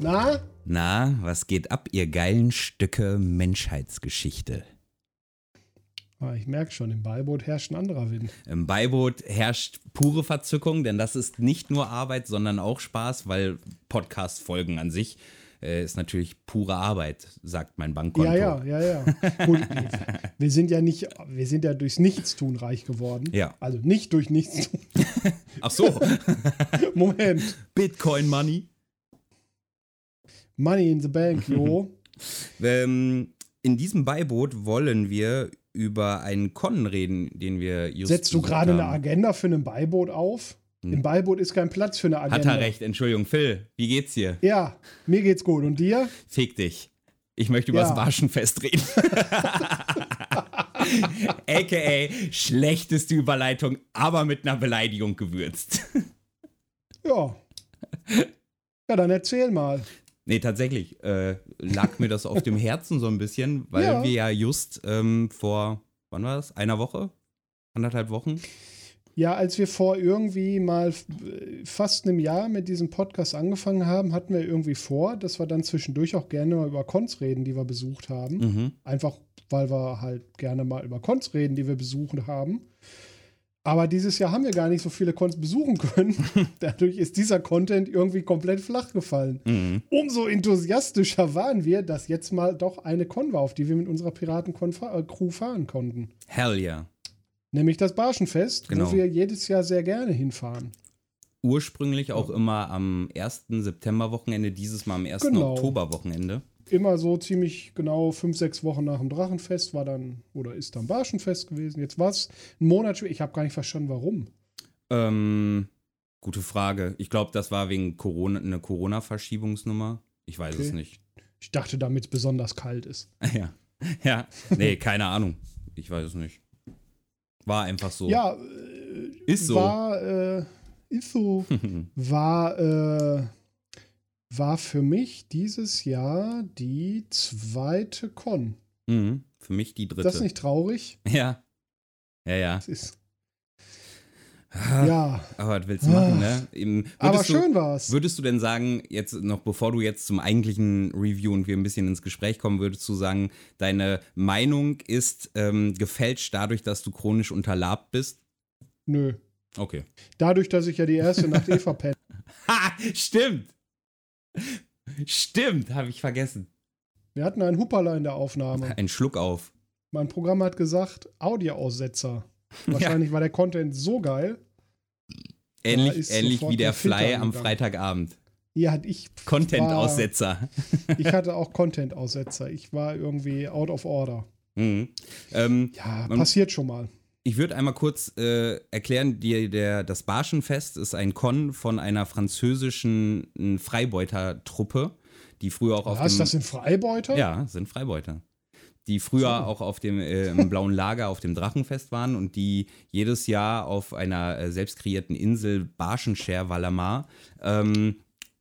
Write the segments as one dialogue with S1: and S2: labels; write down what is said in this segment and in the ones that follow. S1: Na?
S2: Na, was geht ab, ihr geilen Stücke Menschheitsgeschichte?
S1: Ah, Ich merke schon, im Beiboot herrscht ein anderer Wind.
S2: Im Beiboot herrscht pure Verzückung, denn das ist nicht nur Arbeit, sondern auch Spaß, weil Podcast-Folgen an sich äh, ist natürlich pure Arbeit, sagt mein Bankkonto.
S1: Ja, ja, ja, ja. Gut, wir- wir sind ja nicht, wir sind ja durchs Nichtstun reich geworden.
S2: Ja.
S1: Also nicht durch Nichtstun.
S2: Ach so,
S1: Moment.
S2: Bitcoin Money.
S1: Money in the Bank,
S2: Mhm.
S1: jo.
S2: Ähm, in diesem Beiboot wollen wir über einen Con reden, den wir just
S1: Setzt du
S2: besucht
S1: gerade eine
S2: haben.
S1: Agenda für ein Beiboot auf? Im Beiboot ist kein Platz für eine Agenda.
S2: Mhm. Hat er recht, Entschuldigung. Phil, wie geht's dir?
S1: Ja, mir geht's gut. Und dir?
S2: Fick dich. Ich möchte über
S1: Ja.
S2: das Barschenfest reden. AKA schlechteste Überleitung, aber mit einer Beleidigung gewürzt.
S1: Ja. Ja, dann erzähl mal.
S2: Nee, tatsächlich äh, lag mir das auf dem Herzen so ein bisschen, weil
S1: Ja.
S2: wir ja just ähm, vor, wann war das? Einer Woche? Anderthalb Wochen?
S1: Ja, als wir vor irgendwie mal äh, fast einem Jahr mit diesem Podcast angefangen haben, hatten wir irgendwie vor, dass wir dann zwischendurch auch gerne mal über Cons reden, die wir besucht haben.
S2: Mhm.
S1: Einfach, weil wir halt gerne mal über Cons reden, die wir besuchen haben. Aber dieses Jahr haben wir gar nicht so viele Cons besuchen können. Dadurch ist dieser Content irgendwie komplett flach gefallen.
S2: Mhm.
S1: Umso enthusiastischer waren wir, dass jetzt mal doch eine Con war, auf die wir mit unserer Piraten-Crew fahren konnten.
S2: Hell yeah.
S1: Nämlich das Barschenfest,
S2: Genau.
S1: wo wir jedes Jahr sehr gerne hinfahren.
S2: Ursprünglich auch immer am 1. September-Wochenende, dieses Mal am 1.
S1: Genau.
S2: Oktober-Wochenende.
S1: Immer so ziemlich genau fünf, sechs Wochen nach dem Drachenfest war dann oder ist dann Barschenfest gewesen. Jetzt war es ein Monat später. Ich habe gar nicht verstanden, warum.
S2: Ähm, gute Frage. Ich glaube, das war wegen Corona, eine Corona-Verschiebungsnummer. Ich weiß es
S1: Okay.
S2: nicht.
S1: Ich dachte, damit es besonders kalt ist.
S2: Ja. Ja. Nee, keine Ahnung. Ich weiß es nicht. War einfach so.
S1: Ja, äh,
S2: Ist Oh. so. Hm.
S1: war äh, ist so war äh, war für mich dieses Jahr die zweite Con.
S2: mhm. Für mich die
S1: Ist
S2: dritte.
S1: das nicht traurig?
S2: Ja. Ja, ja.
S1: Das ist
S2: Ah,
S1: ja,
S2: Aber was willst du machen, ne? Im- Würdest
S1: Ah. aber
S2: du,
S1: schön war's.
S2: Würdest du denn sagen, jetzt noch bevor du jetzt zum eigentlichen Review und wir ein bisschen ins Gespräch kommen, würdest du sagen, deine Meinung ist ähm, gefälscht dadurch, dass du chronisch unterlabt bist?
S1: Nö.
S2: Okay.
S1: Dadurch, dass ich ja die erste Nacht eh verpennt
S2: Ha! Stimmt! Stimmt, habe ich vergessen.
S1: Wir hatten einen Hupperler in der Aufnahme.
S2: Ein Schluck auf.
S1: Mein Programm hat gesagt, Audioaussetzer. Wahrscheinlich war der Content so geil. Da
S2: Ähnlich,
S1: ist
S2: ähnlich
S1: sofort
S2: wie der
S1: der Filter
S2: Fly am
S1: angegangen.
S2: Freitagabend.
S1: Ja, hat ich.
S2: Content-Aussetzer.
S1: war- Ich hatte auch Content-Aussetzer. Ich war irgendwie out of order.
S2: Mhm. Ähm,
S1: Ja,
S2: Man-
S1: passiert schon mal.
S2: Ich würde einmal kurz äh, erklären, die, der, das Barschenfest ist ein Con von einer französischen n, Freibeuter-Truppe, die früher auch auf
S1: Was,
S2: dem...
S1: das sind Freibeuter?
S2: ja, sind Freibeuter. Die früher
S1: So.
S2: auch auf dem äh, im blauen Lager auf dem Drachenfest waren und die jedes Jahr auf einer äh, selbst kreierten Insel Barschenscher, Valamar, ähm,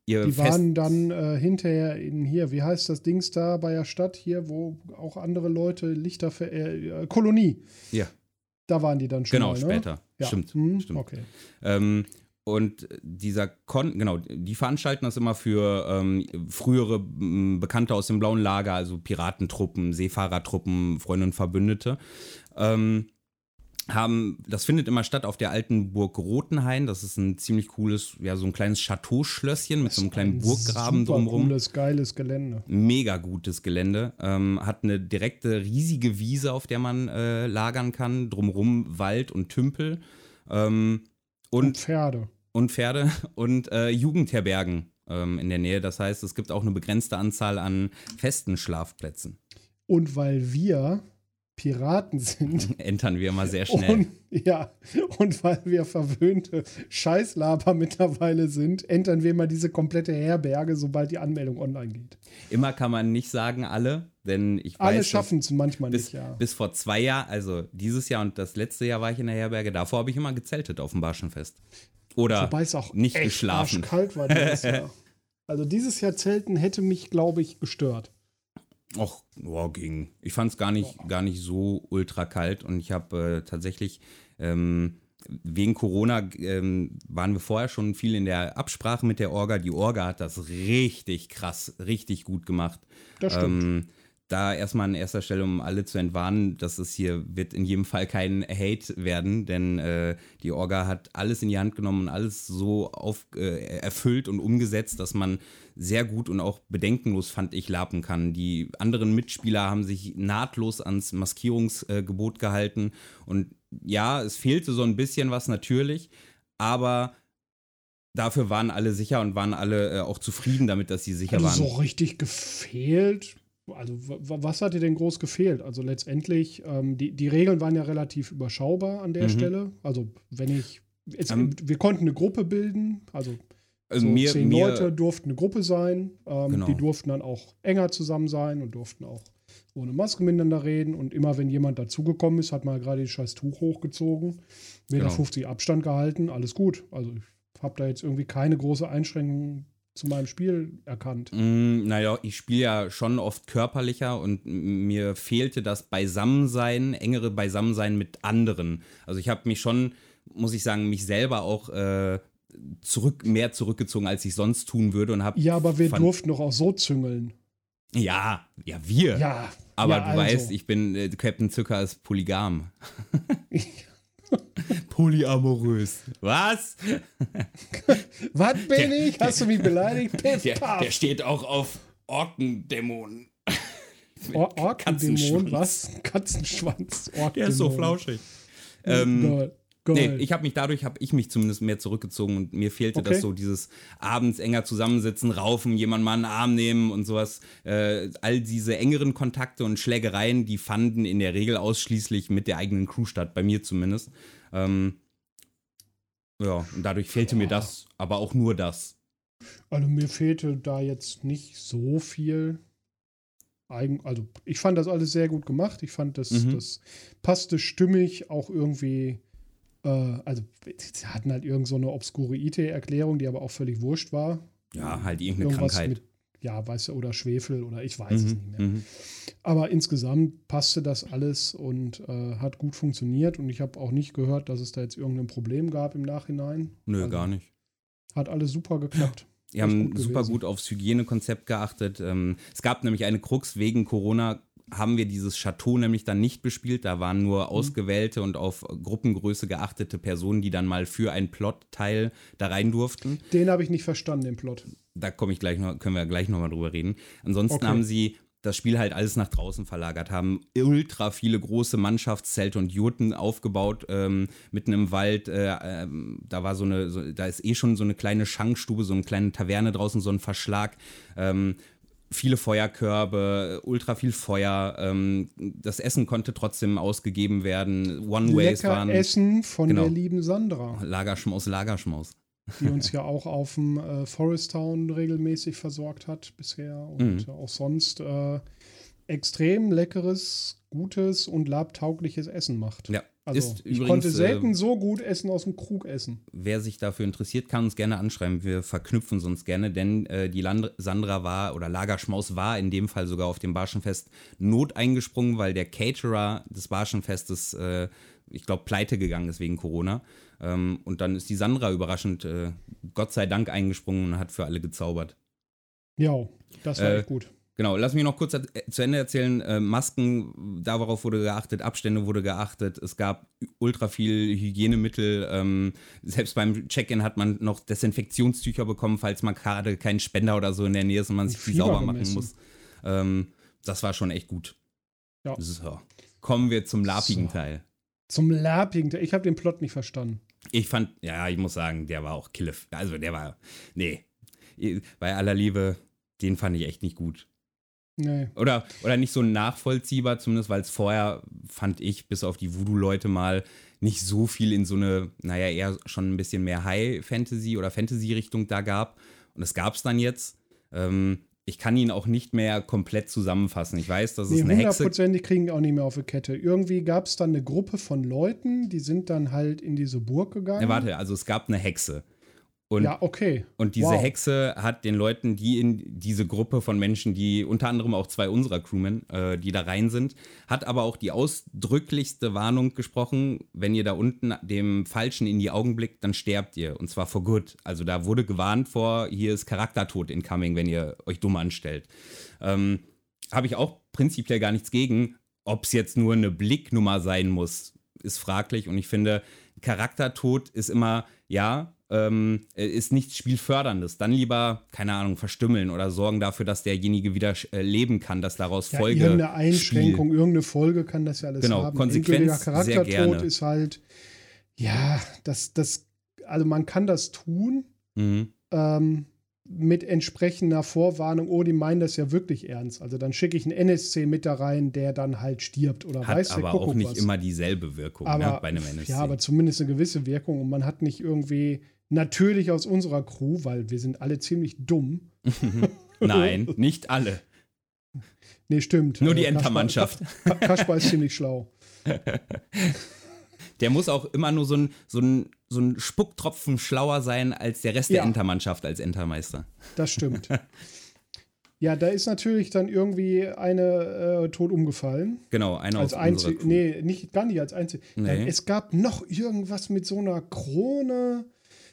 S2: ihr
S1: Die
S2: Fest...
S1: waren dann äh, hinterher in hier, wie heißt das Dings da bei der Stadt hier, wo auch andere Leute Lichter ver äh, äh, Kolonie.
S2: Ja.
S1: Da waren die dann schon
S2: genau,
S1: mal, ne?
S2: später.
S1: Ja.
S2: Stimmt,
S1: Hm,
S2: stimmt.
S1: Okay.
S2: Ähm, und dieser Con, genau, die veranstalten das immer für ähm, frühere m, Bekannte aus dem blauen Lager, also Piratentruppen, Seefahrertruppen, Freunde und Verbündete. Ähm, haben, das findet immer statt auf der alten Burg Rotenhain. Das ist ein ziemlich cooles, ja, so ein kleines Chateauschlösschen mit so einem kleinen
S1: Ein
S2: Burggraben
S1: super
S2: drumrum
S1: Cooles, geiles Gelände.
S2: mega gutes Gelände. Ähm, hat eine direkte riesige Wiese, auf der man äh, lagern kann. Drumrum Wald und Tümpel. Ähm,
S1: Und
S2: und,
S1: Pferde.
S2: und Pferde und äh, Jugendherbergen ähm, in der Nähe. Das heißt, es gibt auch eine begrenzte Anzahl an festen Schlafplätzen.
S1: Und weil wir Piraten sind.
S2: Entern wir mal sehr schnell.
S1: Und, ja, und weil wir verwöhnte Scheißlaber mittlerweile sind, entern wir mal diese komplette Herberge, sobald die Anmeldung online geht.
S2: Immer kann man nicht sagen, alle, denn ich weiß.
S1: Alle
S2: dass
S1: schaffen es manchmal
S2: bis,
S1: nicht, ja.
S2: bis vor zwei Jahren, also dieses Jahr und das letzte Jahr war ich in der Herberge, davor habe ich immer gezeltet auf dem Barschenfest. Oder
S1: Wobei es auch
S2: nicht
S1: echt
S2: geschlafen.
S1: arschkalt war dieses Jahr. Also dieses Jahr Zelten hätte mich, glaube ich, gestört.
S2: Och, boah, ging. Ich fand es gar nicht, gar nicht so ultra kalt und ich habe äh, tatsächlich ähm, wegen Corona ähm, waren wir vorher schon viel in der Absprache mit der Orga. Die Orga hat das richtig krass, richtig gut gemacht.
S1: Das stimmt.
S2: Ähm, da erstmal an erster Stelle, um alle zu entwarnen, dass es hier wird in jedem Fall kein Hate werden, denn äh, die Orga hat alles in die Hand genommen und alles so auf, äh, erfüllt und umgesetzt, dass man sehr gut und auch bedenkenlos, fand ich, lapen kann. Die anderen Mitspieler haben sich nahtlos ans Maskierungsgebot äh, Gebot gehalten und ja, es fehlte so ein bisschen was natürlich, aber dafür waren alle sicher und waren alle äh, auch zufrieden damit, dass sie sicher
S1: Also
S2: waren.
S1: so richtig gefehlt. Also wa- wa- was hat dir denn groß gefehlt? Also letztendlich, ähm, die, die Regeln waren ja relativ überschaubar an der
S2: Mhm.
S1: Stelle. Also wenn ich, jetzt,
S2: Ähm,
S1: wir konnten eine Gruppe bilden, also
S2: Also
S1: so zehn Leute durften eine Gruppe sein. Ähm,
S2: Genau.
S1: Die durften dann auch enger zusammen sein und durften auch ohne Maske miteinander reden. Und immer wenn jemand dazugekommen ist, hat man gerade das scheiß Tuch hochgezogen, Meter
S2: Genau.
S1: 50 Abstand gehalten, alles gut. Also ich habe da jetzt irgendwie keine große Einschränkung zu meinem Spiel erkannt.
S2: Mm, naja, ich spiele ja schon oft körperlicher und m- mir fehlte das Beisammensein, engere Beisammensein mit anderen. Also ich habe mich schon, muss ich sagen, mich selber auch äh, zurück, mehr zurückgezogen, als ich sonst tun würde und habe
S1: Ja, aber wir
S2: Fand-
S1: durften doch auch so züngeln.
S2: ja, ja wir.
S1: Ja.
S2: aber
S1: ja, also.
S2: du weißt, ich bin äh, Captain Zucker ist polygam, polyamorös. Was?
S1: Was bin ich? Hast du mich beleidigt? Piff,
S2: Der, der
S1: paff.
S2: steht auch auf Orkendämonen.
S1: Or Orkendämon,
S2: Katzenschwanz.
S1: was? Katzenschwanz.
S2: Der ist so
S1: Orkendämon.
S2: flauschig.
S1: Äh,
S2: Ähm,
S1: Geil, geil.
S2: Nee, ich habe mich dadurch habe ich mich zumindest mehr zurückgezogen und mir fehlte
S1: Okay.
S2: das so dieses abends enger zusammensitzen, raufen, jemand mal einen Arm nehmen und sowas. Äh, all diese engeren Kontakte und Schlägereien, die fanden in der Regel ausschließlich mit der eigenen Crew statt, bei mir zumindest. Ähm, ja, und dadurch fehlte mir das, aber auch nur das.
S1: Also mir fehlte da jetzt nicht so viel. Eigen, also ich fand das alles sehr gut gemacht. Ich fand das,
S2: Mhm.
S1: das passte stimmig auch irgendwie. Äh, also sie hatten halt irgend so eine obskure IT-Erklärung, die aber auch völlig wurscht war.
S2: Ja, halt irgendeine
S1: Irgendwas
S2: Krankheit.
S1: mit, ja, weißt du, oder Schwefel oder ich weiß es nicht
S2: Mhm,
S1: mehr.
S2: mhm.
S1: Aber insgesamt passte das alles und äh, hat gut funktioniert und ich habe auch nicht gehört, dass es da jetzt irgendein Problem gab im Nachhinein.
S2: Nö,
S1: Also,
S2: gar nicht.
S1: Hat alles super geklappt.
S2: Die
S1: Echt
S2: haben
S1: gut
S2: super
S1: gewesen.
S2: gut aufs Hygienekonzept geachtet. Ähm, es gab nämlich eine Krux, wegen Corona haben wir dieses Chateau nämlich dann nicht bespielt. Da waren
S1: Mhm.
S2: nur ausgewählte und auf Gruppengröße geachtete Personen, die dann mal für einen Plotteil da rein durften.
S1: Den habe ich nicht verstanden, den Plot.
S2: Da komme ich gleich noch, können wir gleich nochmal drüber reden. Ansonsten
S1: Okay.
S2: haben sie das Spiel halt alles nach draußen verlagert, haben ultra viele große Mannschaftszelte und Jurten aufgebaut, ähm, mitten im Wald. Äh, ähm, da war so eine, so, da ist eh schon so eine kleine Schankstube, so eine kleine Taverne draußen, so ein Verschlag. Ähm, viele Feuerkörbe, ultra viel Feuer. Ähm, das Essen konnte trotzdem ausgegeben werden. One-Ways
S1: Lecker
S2: waren
S1: Essen von
S2: Genau.
S1: der lieben Sandra,
S2: Lagerschmaus, Lagerschmaus.
S1: die uns ja auch auf dem äh, Forest Town regelmäßig versorgt hat bisher
S2: Mhm.
S1: und auch sonst äh, extrem leckeres, gutes und labtaugliches Essen macht.
S2: Ja,
S1: Also
S2: ist
S1: ich
S2: übrigens,
S1: konnte
S2: äh,
S1: selten so gut Essen aus dem Krug essen.
S2: Wer sich dafür interessiert, kann uns gerne anschreiben. Wir verknüpfen es uns gerne, denn äh, die Land Sandra war oder Lagerschmaus war in dem Fall sogar auf dem Barschenfest not eingesprungen, weil der Caterer des Barschenfestes, äh, ich glaube, pleite gegangen ist wegen Corona. Ähm, und dann ist die Sandra überraschend, äh, Gott sei Dank, eingesprungen und hat für alle gezaubert.
S1: Ja, das war
S2: Äh,
S1: echt gut.
S2: Genau, lass mich noch kurz at- äh, zu Ende erzählen. Äh, Masken, darauf wurde geachtet, Abstände wurde geachtet. Es gab ultra viel Hygienemittel. Ähm, selbst beim Check-in hat man noch Desinfektionstücher bekommen, falls man gerade keinen Spender oder so in der Nähe ist und man sich die
S1: Fieber
S2: sauber machen
S1: gemessen.
S2: muss. Ähm, das war schon echt gut.
S1: Ja.
S2: So. Kommen wir zum lapigen
S1: So.
S2: Teil.
S1: Zum Labing, ich habe den Plot nicht verstanden.
S2: Ich fand, ja, ich muss sagen, der war auch killef. Also der war, nee, bei aller Liebe, den fand ich echt nicht gut.
S1: Nee.
S2: Oder, oder nicht so nachvollziehbar, zumindest weil es vorher, fand ich, bis auf die Voodoo-Leute mal nicht so viel in so eine, naja, eher schon ein bisschen mehr High-Fantasy oder Fantasy-Richtung da gab. Und das gab es dann jetzt. Ähm, ich kann ihn auch nicht mehr komplett zusammenfassen. Ich weiß, dass es
S1: Nee,
S2: eine Hexe
S1: hundertprozentig kriegen die auch nicht mehr auf die Kette. Irgendwie gab es dann eine Gruppe von Leuten, die sind dann halt in diese Burg gegangen.
S2: Ne, warte, also es gab eine Hexe. Und,
S1: Ja, okay.
S2: und diese
S1: wow.
S2: Hexe hat den Leuten, die in diese Gruppe von Menschen, die unter anderem auch zwei unserer Crewmen, äh, die da rein sind, hat aber auch die ausdrücklichste Warnung gesprochen, wenn ihr da unten dem Falschen in die Augen blickt, dann sterbt ihr. Und zwar for good. Also da wurde gewarnt vor, hier ist Charaktertod incoming, wenn ihr euch dumm anstellt. Ähm, Habe ich auch prinzipiell gar nichts gegen. Ob es jetzt nur eine Blicknummer sein muss, ist fraglich. Und ich finde, Charaktertod ist immer, ja, ähm, ist nichts Spielförderndes. Dann lieber, keine Ahnung, verstümmeln oder sorgen dafür, dass derjenige wieder äh, leben kann, dass daraus
S1: Ja,
S2: Folge.
S1: irgendeine Einschränkung, irgendeine Folge kann das ja alles
S2: Genau,
S1: haben.
S2: Konsequenz,
S1: Endgültiger
S2: sehr
S1: Charaktertod
S2: gerne.
S1: ist halt, ja, das, das, also man kann das tun
S2: Mhm.
S1: ähm, mit entsprechender Vorwarnung. Oh, die meinen das ja wirklich ernst. Also dann schicke ich einen NSC mit da rein, der dann halt stirbt oder
S2: Hat
S1: weiß der
S2: aber
S1: Kuckuck
S2: auch nicht
S1: was.
S2: immer dieselbe Wirkung ne, bei einem NSC.
S1: Ja, aber zumindest eine gewisse Wirkung und man hat nicht irgendwie natürlich aus unserer Crew, weil wir sind alle ziemlich dumm.
S2: Nein, nicht alle.
S1: Nee, stimmt. Äh,
S2: Nur die
S1: Kaspar-
S2: Entermannschaft.
S1: Ka- Kaspar ist ziemlich schlau.
S2: Der muss auch immer nur so ein, so ein, so ein Spucktropfen schlauer sein als der Rest
S1: Ja.
S2: der Entermannschaft als Entermeister.
S1: Das stimmt. Ja, da ist natürlich dann irgendwie eine äh, tot umgefallen.
S2: Genau, einer
S1: Als
S2: aus unserer
S1: einzig,
S2: Crew.
S1: nee, nicht, gar nicht als einzig.
S2: Nee.
S1: Ja, Es gab noch irgendwas mit so einer Krone.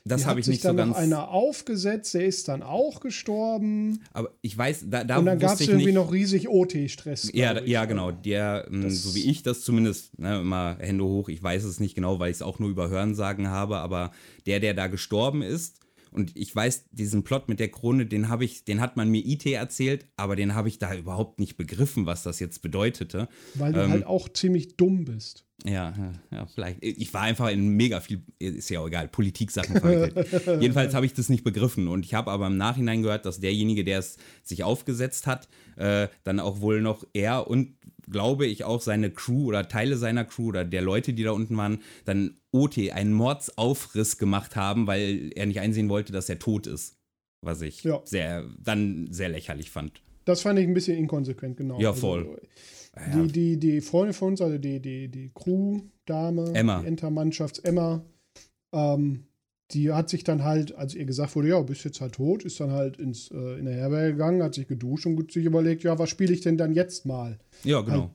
S2: das
S1: Die
S2: habe
S1: hat
S2: ich
S1: sich
S2: nicht so
S1: dann
S2: ganz.
S1: noch einer aufgesetzt, der ist dann auch gestorben.
S2: Aber ich weiß, da, da
S1: und dann gab
S2: wusste
S1: es
S2: ich
S1: irgendwie
S2: nicht.
S1: noch riesig OT-Stress.
S2: ja,
S1: glaub ich.
S2: ja, genau. Der, ähm,
S1: Das-
S2: so wie ich das zumindest, ne, immer Hände hoch, ich weiß es nicht genau, weil ich es auch nur über Hörensagen habe, aber der, der da gestorben ist, und ich weiß, diesen Plot mit der Krone, den habe ich, den hat man mir IT erzählt, aber den habe ich da überhaupt nicht begriffen, was das jetzt bedeutete.
S1: Weil du
S2: Ähm,
S1: halt auch ziemlich dumm bist.
S2: Ja, ja, ja, vielleicht. Ich war einfach in mega viel, ist ja auch egal, Politik-Sachen verwickelt. Jedenfalls habe ich das nicht begriffen und ich habe aber im Nachhinein gehört, dass derjenige, der es sich aufgesetzt hat, äh, dann auch wohl noch er und glaube ich auch seine Crew oder Teile seiner Crew oder der Leute, die da unten waren, dann OT, einen Mordsaufriss gemacht haben, weil er nicht einsehen wollte, dass er tot ist. Was ich
S1: Ja.
S2: sehr, dann sehr lächerlich fand.
S1: Das fand ich ein bisschen inkonsequent, genau.
S2: Ja, voll.
S1: Also, die, die, die Freundin von uns, also die, die, die Crew-Dame,
S2: Emma.
S1: die Entermannschafts-Emma, ähm, die hat sich dann halt, als ihr gesagt wurde, ja, du bist jetzt halt tot, ist dann halt ins, äh, in der Herberge gegangen, hat sich geduscht und sich überlegt, ja, was spiele ich denn dann jetzt mal?
S2: Ja, genau.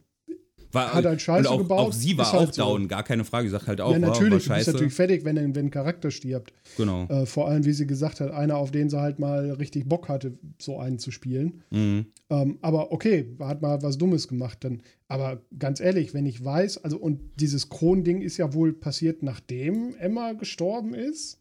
S2: War,
S1: Hat halt Scheiße
S2: und auch,
S1: gebaut,
S2: Auch sie war
S1: ist halt
S2: auch
S1: so.
S2: down, gar keine Frage. Sie sagt halt auch,
S1: ja,
S2: wow,
S1: natürlich, du
S2: war
S1: bist
S2: Scheiße.
S1: natürlich fertig, wenn, ein- wenn ein Charakter stirbt.
S2: genau.
S1: Äh, vor allem, wie sie gesagt hat, einer, auf den sie halt mal richtig Bock hatte, so einen zu spielen.
S2: Mhm.
S1: Ähm, aber okay, hat mal was Dummes gemacht dann. Aber ganz ehrlich, wenn ich weiß, also und dieses Kron-Ding ist ja wohl passiert, nachdem Emma gestorben ist.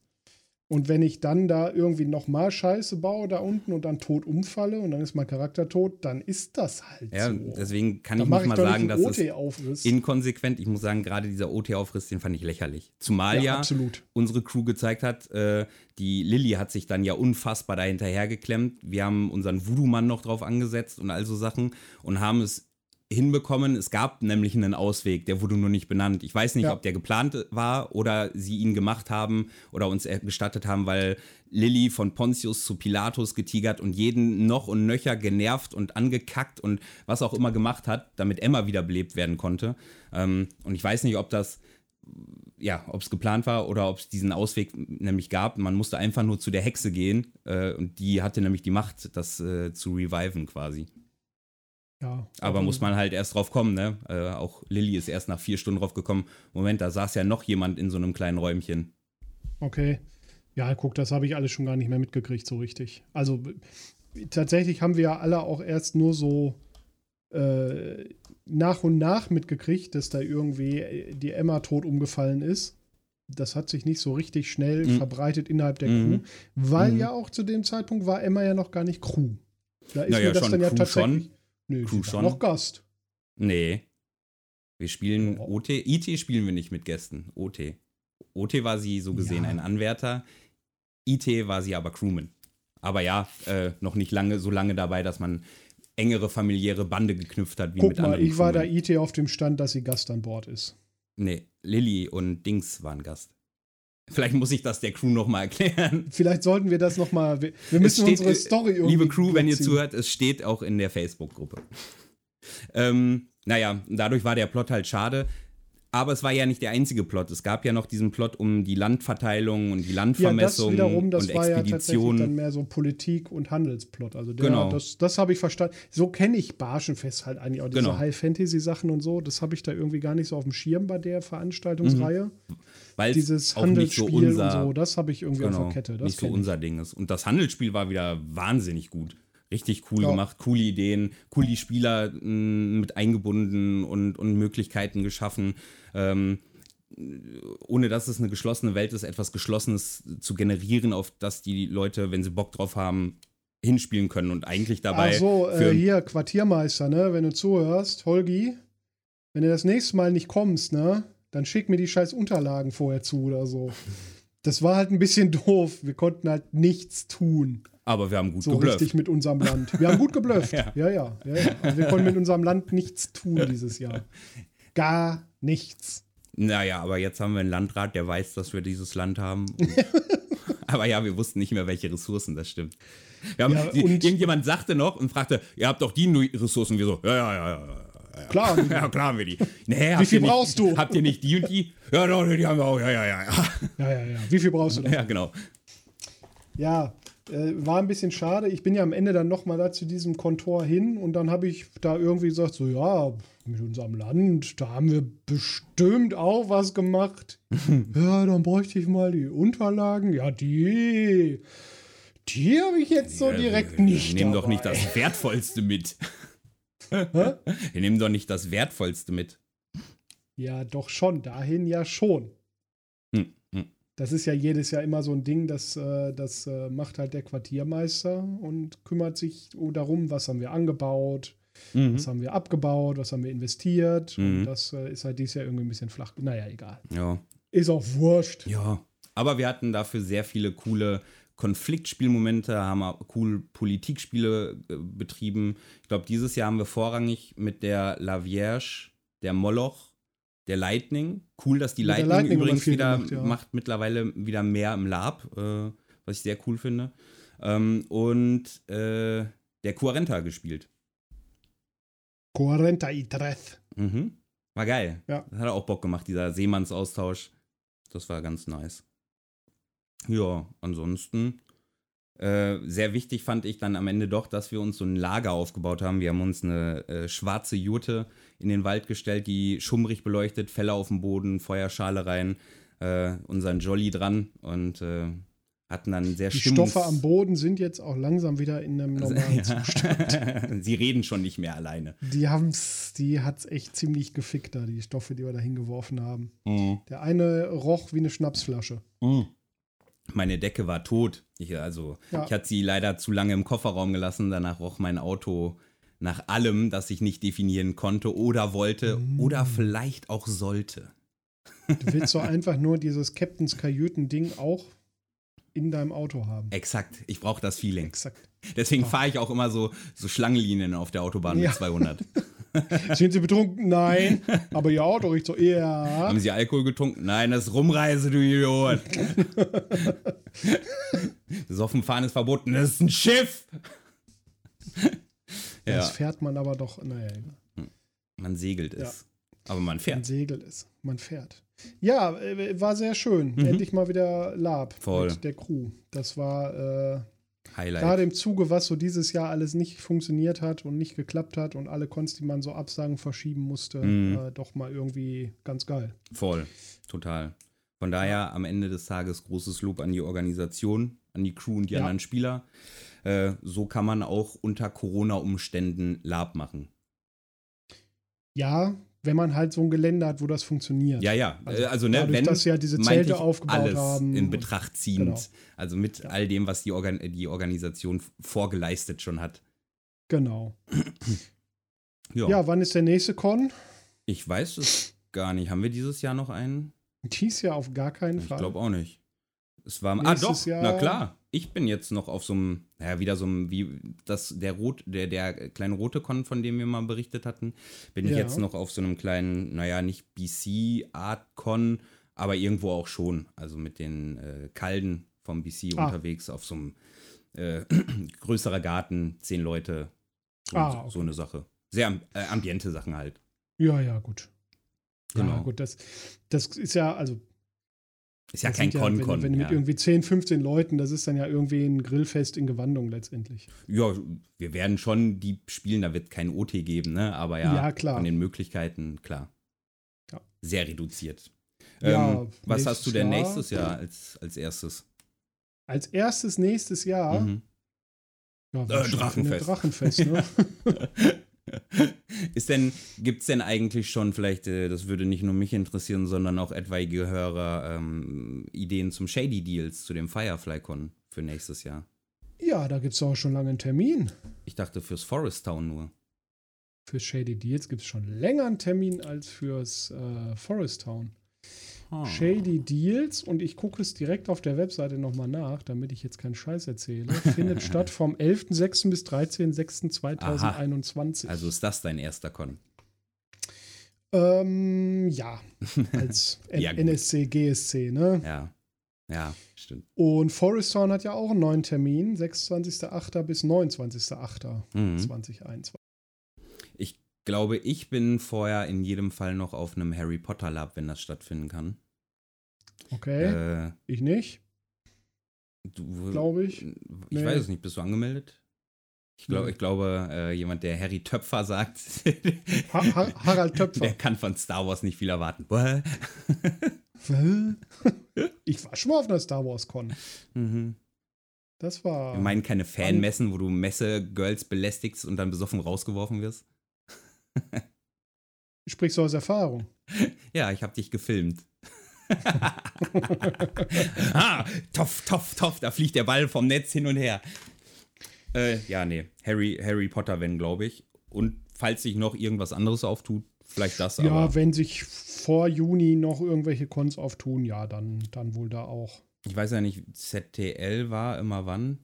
S1: Und wenn ich dann da irgendwie nochmal Scheiße baue da unten und dann tot umfalle und dann ist mein Charakter tot, dann ist das halt
S2: Ja,
S1: so.
S2: deswegen kann
S1: da
S2: ich
S1: mache
S2: nicht
S1: ich
S2: mal
S1: doch
S2: sagen,
S1: nicht
S2: dass
S1: einen
S2: es
S1: OT-Aufriss.
S2: inkonsequent. Ich muss sagen, gerade dieser OT-Aufriss, den fand ich lächerlich. Zumal ja,
S1: absolut.
S2: unsere Crew gezeigt hat, äh, die Lilly hat sich dann ja unfassbar dahinter hergeklemmt. Wir haben unseren Voodoo-Mann noch drauf angesetzt und all so Sachen und haben es hinbekommen. Es gab nämlich einen Ausweg, der wurde nur nicht benannt. Ich weiß nicht,
S1: Ja.
S2: ob der geplant war oder sie ihn gemacht haben oder uns er- gestattet haben, weil Lilly von Pontius zu Pilatus getigert und jeden noch und nöcher genervt und angekackt und was auch immer gemacht hat, damit Emma wieder belebt werden konnte. Ähm, und ich weiß nicht, ob das ja, ob es geplant war oder ob es diesen Ausweg nämlich gab. Man musste einfach nur zu der Hexe gehen äh, und die hatte nämlich die Macht, das äh, zu reviven quasi.
S1: Ja,
S2: Aber muss man halt erst drauf kommen, ne? Äh, auch Lilly ist erst nach vier Stunden drauf gekommen. Moment, da saß ja noch jemand in so einem kleinen Räumchen.
S1: Okay. Ja, guck, das habe ich alles schon gar nicht mehr mitgekriegt, so richtig. Also w- tatsächlich haben wir ja alle auch erst nur so äh, nach und nach mitgekriegt, dass da irgendwie äh, die Emma tot umgefallen ist. Das hat sich nicht so richtig schnell
S2: Mhm.
S1: verbreitet innerhalb der
S2: Mhm.
S1: Crew, weil
S2: Mhm.
S1: ja auch zu dem Zeitpunkt war Emma ja noch gar nicht Crew. Da ist
S2: Naja,
S1: mir das
S2: schon,
S1: dann ja
S2: Crew
S1: tatsächlich.
S2: schon.
S1: Nö, sie
S2: Crew
S1: war
S2: schon.
S1: noch Gast.
S2: Nee. Wir spielen
S1: Ja.
S2: OT. IT spielen wir nicht mit Gästen. OT. OT war sie so gesehen
S1: Ja.
S2: ein Anwärter. E IT war sie aber Crewman. Aber ja, äh, noch nicht lange, so lange dabei, dass man engere familiäre Bande geknüpft hat, wie
S1: Guck
S2: mit
S1: mal,
S2: anderen.
S1: ich war da
S2: Schulen.
S1: IT auf dem Stand, dass sie Gast an Bord ist.
S2: Nee, Lilly und Dings waren Gast. Vielleicht muss ich das der Crew nochmal erklären.
S1: Vielleicht sollten wir das nochmal. Wir, wir müssen
S2: steht,
S1: unsere
S2: äh,
S1: Story irgendwie.
S2: Liebe Crew, wenn ihr
S1: durchziehen.
S2: zuhört, es steht auch in der Facebook-Gruppe. Ähm, naja, dadurch war der Plot halt schade. Aber es war ja nicht der einzige Plot. Es gab ja noch diesen Plot um die Landverteilung und die
S1: Ja, das
S2: Landvermessung
S1: wiederum, das
S2: um und
S1: war ja tatsächlich
S2: Expeditionen.
S1: dann mehr so Politik und Handelsplot. Also der,
S2: Genau.
S1: das, das habe ich verstanden. So kenne ich Barschenfest halt eigentlich auch diese
S2: Genau.
S1: High-Fantasy-Sachen und so. Das habe ich da irgendwie gar nicht so auf dem Schirm bei der Veranstaltungsreihe.
S2: weil es
S1: Dieses
S2: Mhm. auch nicht so
S1: Handelsspiel
S2: unser,
S1: und so, das habe ich irgendwie auf
S2: genau,
S1: der Kette. Das
S2: nicht so
S1: kenn
S2: unser Ding ist. Und das Handelsspiel war wieder wahnsinnig gut. Richtig cool
S1: Ja.
S2: gemacht, coole Ideen, coole Spieler m, mit eingebunden und, und Möglichkeiten geschaffen. Ähm, ohne dass es eine geschlossene Welt ist, etwas Geschlossenes zu generieren, auf das die Leute, wenn sie Bock drauf haben, hinspielen können und eigentlich
S1: ich.
S2: dabei
S1: Ach so,
S2: für
S1: äh, hier, Quartiermeister, ne? Wenn du zuhörst, Holgi, wenn du das nächste Mal nicht kommst, ne? Dann schick mir die scheiß Unterlagen vorher zu oder so. Das war halt ein bisschen doof. Wir konnten halt nichts tun.
S2: aber wir haben gut
S1: So
S2: geblufft.
S1: richtig mit unserem Land. Wir haben gut geblufft.
S2: Ja.
S1: ja, ja. ja, ja. Also wir konnten mit unserem Land nichts tun dieses Jahr. Gar nichts.
S2: Naja, aber jetzt haben wir einen Landrat, der weiß, dass wir dieses Land haben. aber ja, wir wussten nicht mehr, welche Ressourcen, das stimmt. Wir haben,
S1: Ja,
S2: die-
S1: und-
S2: irgendjemand sagte noch und fragte, ihr habt doch die Nu- Ressourcen. Wir so, ja, ja, ja, ja, ja. ja.
S1: Klar.
S2: Ja, klar haben wir die. Nee, habt ihr
S1: viel
S2: nicht,
S1: brauchst du?
S2: Habt ihr nicht die und die? Ja, doch, die haben wir auch. Ja, ja, ja, ja.
S1: Ja, ja, ja. Wie viel brauchst du da?
S2: Ja, genau.
S1: Ja, äh, war ein bisschen schade. Ich bin ja am Ende dann nochmal da zu diesem Kontor hin und dann habe ich da irgendwie gesagt, so ja, mit unserem Land, da haben wir bestimmt auch was gemacht. ja, dann bräuchte ich mal die Unterlagen. Ja, die, die habe ich jetzt so
S2: Ja,
S1: direkt
S2: wir- wir
S1: nicht.
S2: Nehmen doch
S1: dabei.
S2: nicht das Wertvollste mit. Wir nehmen doch nicht das Wertvollste mit.
S1: Ja, doch schon, dahin ja schon.
S2: Hm, hm.
S1: Das ist ja jedes Jahr immer so ein Ding, das, äh, das äh, macht halt der Quartiermeister und kümmert sich darum, was haben wir angebaut,
S2: Mhm.
S1: was haben wir abgebaut, was haben wir investiert.
S2: Mhm.
S1: Und das äh, ist halt dieses Jahr irgendwie ein bisschen flach. Naja, egal.
S2: Ja.
S1: Ist auch wurscht.
S2: Ja, aber wir hatten dafür sehr viele coole Konfliktspielmomente, haben auch cool Politikspiele äh, betrieben. Ich glaube, dieses Jahr haben wir vorrangig mit der La Vierge, der Moloch, der Lightning. Cool, dass die
S1: Mit der
S2: Lightning,
S1: Lightning haben wir
S2: übrigens
S1: viel
S2: wieder
S1: gemacht, ja.
S2: macht mittlerweile wieder mehr im Lab, äh, was ich sehr cool finde. Ähm, und äh, der Quarenta gespielt.
S1: Quarenta y tres.
S2: Mhm. War geil.
S1: Ja.
S2: Das hat auch Bock gemacht, dieser Seemannsaustausch. Das war ganz nice. Ja, ansonsten. Äh, sehr wichtig fand ich dann am Ende doch, dass wir uns so ein Lager aufgebaut haben. Wir haben uns eine äh, schwarze Jurte in den Wald gestellt, die schummrig beleuchtet, Felle auf dem Boden, Feuerschale rein, äh, unseren Jolly dran und äh, hatten dann sehr
S1: Die
S2: Stimmungs-
S1: Stoffe am Boden sind jetzt auch langsam wieder in einem
S2: Also,
S1: normalen Zustand.
S2: ja. Sie reden schon nicht mehr alleine.
S1: Die haben's, die hat's echt ziemlich gefickt da, die Stoffe, die wir da hingeworfen haben. Der eine roch wie eine Schnapsflasche.
S2: Meine Decke war tot. Ich, also,
S1: Mhm. Ja.
S2: ich hatte sie leider zu lange im Kofferraum gelassen. Danach roch mein Auto nach allem, das ich nicht definieren konnte oder wollte
S1: Mhm.
S2: oder vielleicht auch sollte.
S1: Du willst so einfach nur dieses Captain's Kajüten-Ding auch in deinem Auto haben.
S2: Exakt. Ich brauche das Feeling.
S1: Exakt.
S2: Deswegen fahre ich auch immer so, so Schlangenlinien auf der Autobahn
S1: Ja.
S2: mit 200.
S1: Sind Sie betrunken? Nein. Aber Ihr Auto riecht so. Ja.
S2: Haben Sie Alkohol getrunken? Nein, das ist Rumreise, du Idiot. Soffen fahren ist verboten. Das ist ein Schiff.
S1: Das
S2: ja,
S1: fährt man aber doch. Naja, egal.
S2: man segelt es. Aber man
S1: man
S2: fährt.
S1: segelt es. Man fährt. Ja, äh, war sehr schön. Endlich mal wieder Lab
S2: Mhm. Voll.
S1: mit der Crew. Das war äh,
S2: Highlight.
S1: gerade im Zuge, was so dieses Jahr alles nicht funktioniert hat und nicht geklappt hat und alle Cons, die man so absagen, verschieben musste,
S2: Mhm.
S1: äh, doch mal irgendwie ganz geil.
S2: Voll, total. Von daher am Ende des Tages großes Lob an die Organisation, an die Crew und die
S1: Ja.
S2: anderen Spieler. Äh, so kann man auch unter Corona-Umständen Lab machen.
S1: Ja, wenn man halt so ein Gelände hat, wo das funktioniert.
S2: Ja, ja.
S1: Also
S2: Also, also ne,
S1: dadurch,
S2: wenn
S1: dass sie ja diese
S2: meinte
S1: Zelte
S2: ich
S1: aufgebaut
S2: alles
S1: haben
S2: in
S1: und-
S2: Betracht ziehend.
S1: Genau.
S2: Also mit all dem, was die, Organ die Organisation vorgeleistet schon hat.
S1: Genau.
S2: Ja,
S1: Ja, wann ist der nächste Con?
S2: ich weiß es gar nicht. Haben wir dieses Jahr noch einen?
S1: Dies Jahr auf gar keinen
S2: Ich
S1: Fall.
S2: glaube auch nicht. Es war ah
S1: Nächstes
S2: doch,
S1: Jahr-
S2: na klar. Ich bin jetzt noch auf so einem, naja, wieder so einem, wie das, der rot, der, der kleine rote Con, von dem wir mal berichtet hatten, bin ich
S1: Ja.
S2: jetzt noch auf so einem kleinen, naja, nicht BC-Art-Con, aber irgendwo auch schon. Also mit den äh, Kalden vom BC
S1: Ah.
S2: unterwegs auf so einem äh, größerer Garten, zehn Leute. So,
S1: Ah, okay.
S2: so eine Sache. Sehr am- äh, ambiente Sachen halt.
S1: Ja, ja, gut. Ja,
S2: Genau.
S1: gut, das, das ist ja, also
S2: Ist ja
S1: das
S2: kein
S1: sind wenn, du-
S2: Con-Con. Ja,
S1: wenn du mit irgendwie 10, 15 Leuten, das ist dann ja irgendwie ein Grillfest in Gewandung letztendlich.
S2: Ja, wir werden schon die spielen, da wird kein OT geben, ne? Aber ja,
S1: Ja, klar.
S2: von den Möglichkeiten, klar.
S1: Ja.
S2: Sehr reduziert.
S1: Ja,
S2: ähm, was
S1: nächstes
S2: hast du denn
S1: Jahr.
S2: nächstes Jahr als, als erstes?
S1: Als erstes nächstes Jahr
S2: Mhm.
S1: ja,
S2: Äh,
S1: was steht denn?
S2: Drachenfest.
S1: Drachenfest, ne?
S2: Ist denn, gibt's denn eigentlich schon vielleicht, äh, das würde nicht nur mich interessieren, sondern auch etwaige Hörer, ähm, Ideen zum Shady Deals, zu dem Firefly-Con für nächstes Jahr?
S1: ja, da gibt es auch schon lange einen Termin.
S2: Ich dachte fürs Forest Town nur.
S1: Für Shady Deals gibt es schon länger einen Termin als fürs äh, Forest Town.
S2: Ah.
S1: Shady Deals und ich gucke es direkt auf der Webseite nochmal nach, damit ich jetzt keinen Scheiß erzähle. Findet statt vom 11.06. bis 13.06.2021.
S2: Also ist das dein erster Con?
S1: ähm, ja, als
S2: Ja, gut.
S1: NSC, GSC, ne?
S2: Ja. Ja, stimmt.
S1: Und Forest Town hat ja auch einen neuen Termin, 26.08. bis 29.08.2021.
S2: Mhm. Ich glaube, ich bin vorher in jedem Fall noch auf einem Harry Potter Lab, wenn das stattfinden kann.
S1: Okay,
S2: Äh,
S1: ich nicht,
S2: du,
S1: glaube ich.
S2: ich
S1: Nee.
S2: weiß es nicht, bist du angemeldet? Ich, glaub,
S1: Nee.
S2: ich glaube, äh, jemand, der Harry Töpfer sagt,
S1: Ha ha Harald
S2: der
S1: Töpfer.
S2: kann von Star Wars nicht viel erwarten. Bäh.
S1: ich war schon mal auf einer Star Wars Con.
S2: mhm.
S1: Das war.
S2: Wir meinen keine Fanmessen, wo du Messe-Girls belästigst und dann besoffen rausgeworfen wirst.
S1: Sprichst du aus Erfahrung?
S2: Ja, ich habe dich gefilmt. ah, toff, toff, toff, da fliegt der Ball vom Netz hin und her. Äh, ja, nee, Harry, Harry Potter, wenn, glaube ich. Und falls sich noch irgendwas anderes auftut, vielleicht das,
S1: Ja,
S2: aber
S1: wenn sich vor Juni noch irgendwelche Cons auftun, ja, dann, dann wohl da auch.
S2: ich weiß ja nicht, ZTL war immer wann.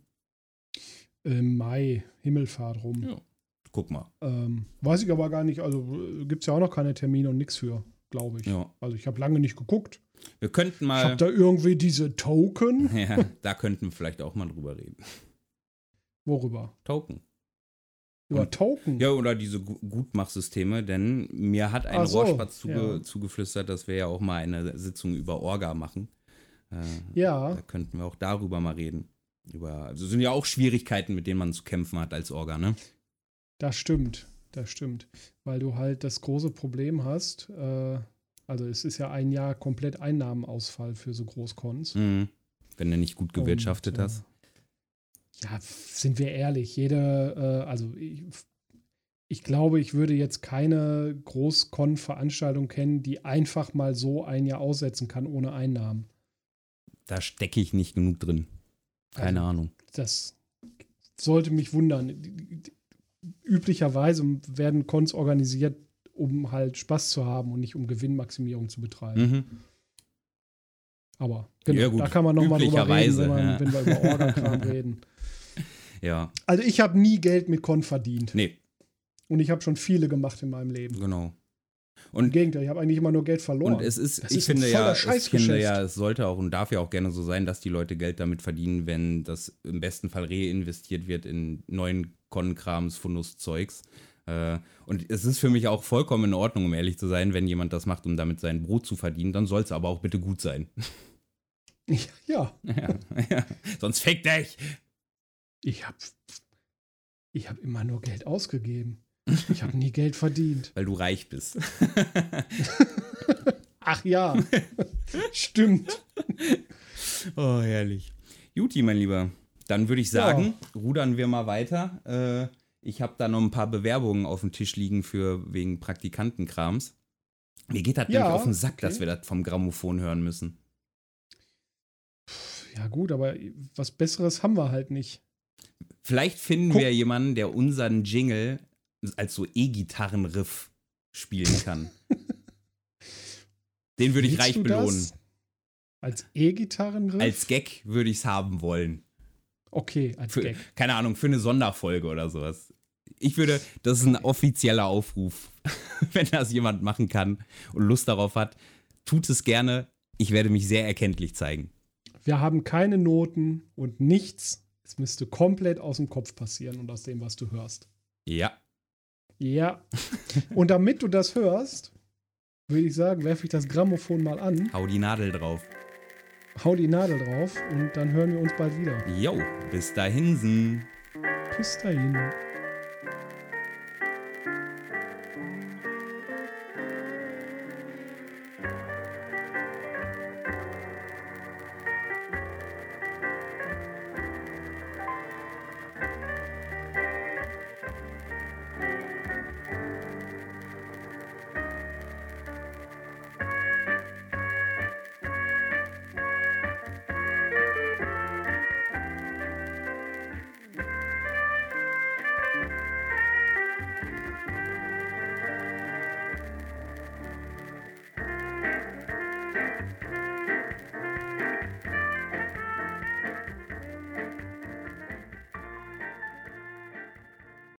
S1: Im Mai, Himmelfahrt rum.
S2: Ja. Guck mal.
S1: Ähm, weiß ich aber gar nicht, also gibt es ja auch noch keine Termine und nichts für, glaube ich.
S2: Ja.
S1: Also ich habe lange nicht geguckt.
S2: Wir könnten
S1: Ich habe
S2: mal,
S1: da irgendwie diese Token.
S2: ja, da könnten wir vielleicht auch mal drüber reden.
S1: Worüber?
S2: Token.
S1: Über
S2: Und-
S1: Token?
S2: Ja, oder diese Gu- Gutmachsysteme, denn mir hat ein
S1: Ach so,
S2: Rohrspatz zuge
S1: ja.
S2: zugeflüstert, dass wir ja auch mal eine Sitzung über Orga machen. Äh,
S1: Ja,
S2: Da könnten wir auch darüber mal reden. Über, also sind ja auch Schwierigkeiten, mit denen man zu kämpfen hat als Orga, ne?
S1: das stimmt. Das stimmt. Weil du halt das große Problem hast, äh, also es ist ja ein Jahr komplett Einnahmenausfall für so Großcons.
S2: Mhm. Wenn du nicht gut gewirtschaftet
S1: Und, äh,
S2: hast.
S1: Ja, sind wir ehrlich, jede, äh, also ich, ich glaube, ich würde jetzt keine Großkon-Veranstaltung kennen, die einfach mal so ein Jahr aussetzen kann ohne Einnahmen.
S2: Da stecke ich nicht genug drin. Keine
S1: Also,
S2: Ahnung.
S1: Das sollte mich wundern. Üblicherweise werden Cons organisiert, um halt Spaß zu haben und nicht um Gewinnmaximierung zu betreiben.
S2: Mhm.
S1: Aber genau,
S2: Ja, gut.
S1: da kann man nochmal drüber reden,
S2: Üblicherweise,
S1: wenn, man,
S2: ja.
S1: wenn wir über Orga-Kram reden.
S2: Ja,
S1: Also ich habe nie Geld mit Con verdient
S2: nee,
S1: und ich habe schon viele gemacht in meinem Leben.
S2: genau.
S1: Im Gegenteil, ich habe eigentlich immer nur Geld verloren.
S2: Und es ist,
S1: Das
S2: ich
S1: ist ein
S2: finde
S1: voller
S2: ja, ich
S1: Scheißgeschäft.
S2: finde ja, es sollte auch und darf ja auch gerne so sein, dass die Leute Geld damit verdienen, wenn das im besten Fall reinvestiert wird in neuen Con-Krams, Fundus-Zeugs. Äh, Und es ist für mich auch vollkommen in Ordnung, um ehrlich zu sein, wenn jemand das macht, um damit sein Brot zu verdienen, dann soll es aber auch bitte gut sein.
S1: ja,
S2: ja, ja. Sonst fick dich!
S1: ich habe ich hab immer nur Geld ausgegeben. Ich habe nie Geld verdient.
S2: Weil du reich bist.
S1: Ach ja, stimmt.
S2: Oh, herrlich. Juti, mein Lieber. Dann würde ich sagen, rudern wir mal weiter. Äh, ich habe da noch ein paar Bewerbungen auf dem Tisch liegen für wegen Praktikantenkrams. Mir geht das
S1: Ja,
S2: nämlich auf den Sack,
S1: okay.
S2: dass wir das vom Grammophon hören müssen.
S1: Ja gut, aber was Besseres haben wir halt nicht.
S2: Vielleicht finden
S1: Guck.
S2: wir jemanden, der unseren Jingle als so E-Gitarren-Riff spielen kann. Den würde ich
S1: Willst
S2: reich
S1: du das?
S2: belohnen.
S1: Als E-Gitarrenriff?
S2: Als Gag würde ich es haben wollen.
S1: okay, als
S2: Für,
S1: Gag.
S2: keine Ahnung, für eine Sonderfolge oder sowas. Ich würde, das ist ein offizieller Aufruf, wenn das jemand machen kann und Lust darauf hat, tut es gerne. Ich werde mich sehr erkenntlich zeigen.
S1: Wir haben keine Noten und nichts. Es müsste komplett aus dem Kopf passieren und aus dem, was du hörst.
S2: Ja.
S1: Ja. und damit du das hörst, würde ich sagen, werfe ich das Grammophon mal an,
S2: Hau die Nadel drauf.
S1: hau die Nadel drauf und dann hören wir uns bald wieder.
S2: Jo, bis dahinsen.
S1: Bis dahin.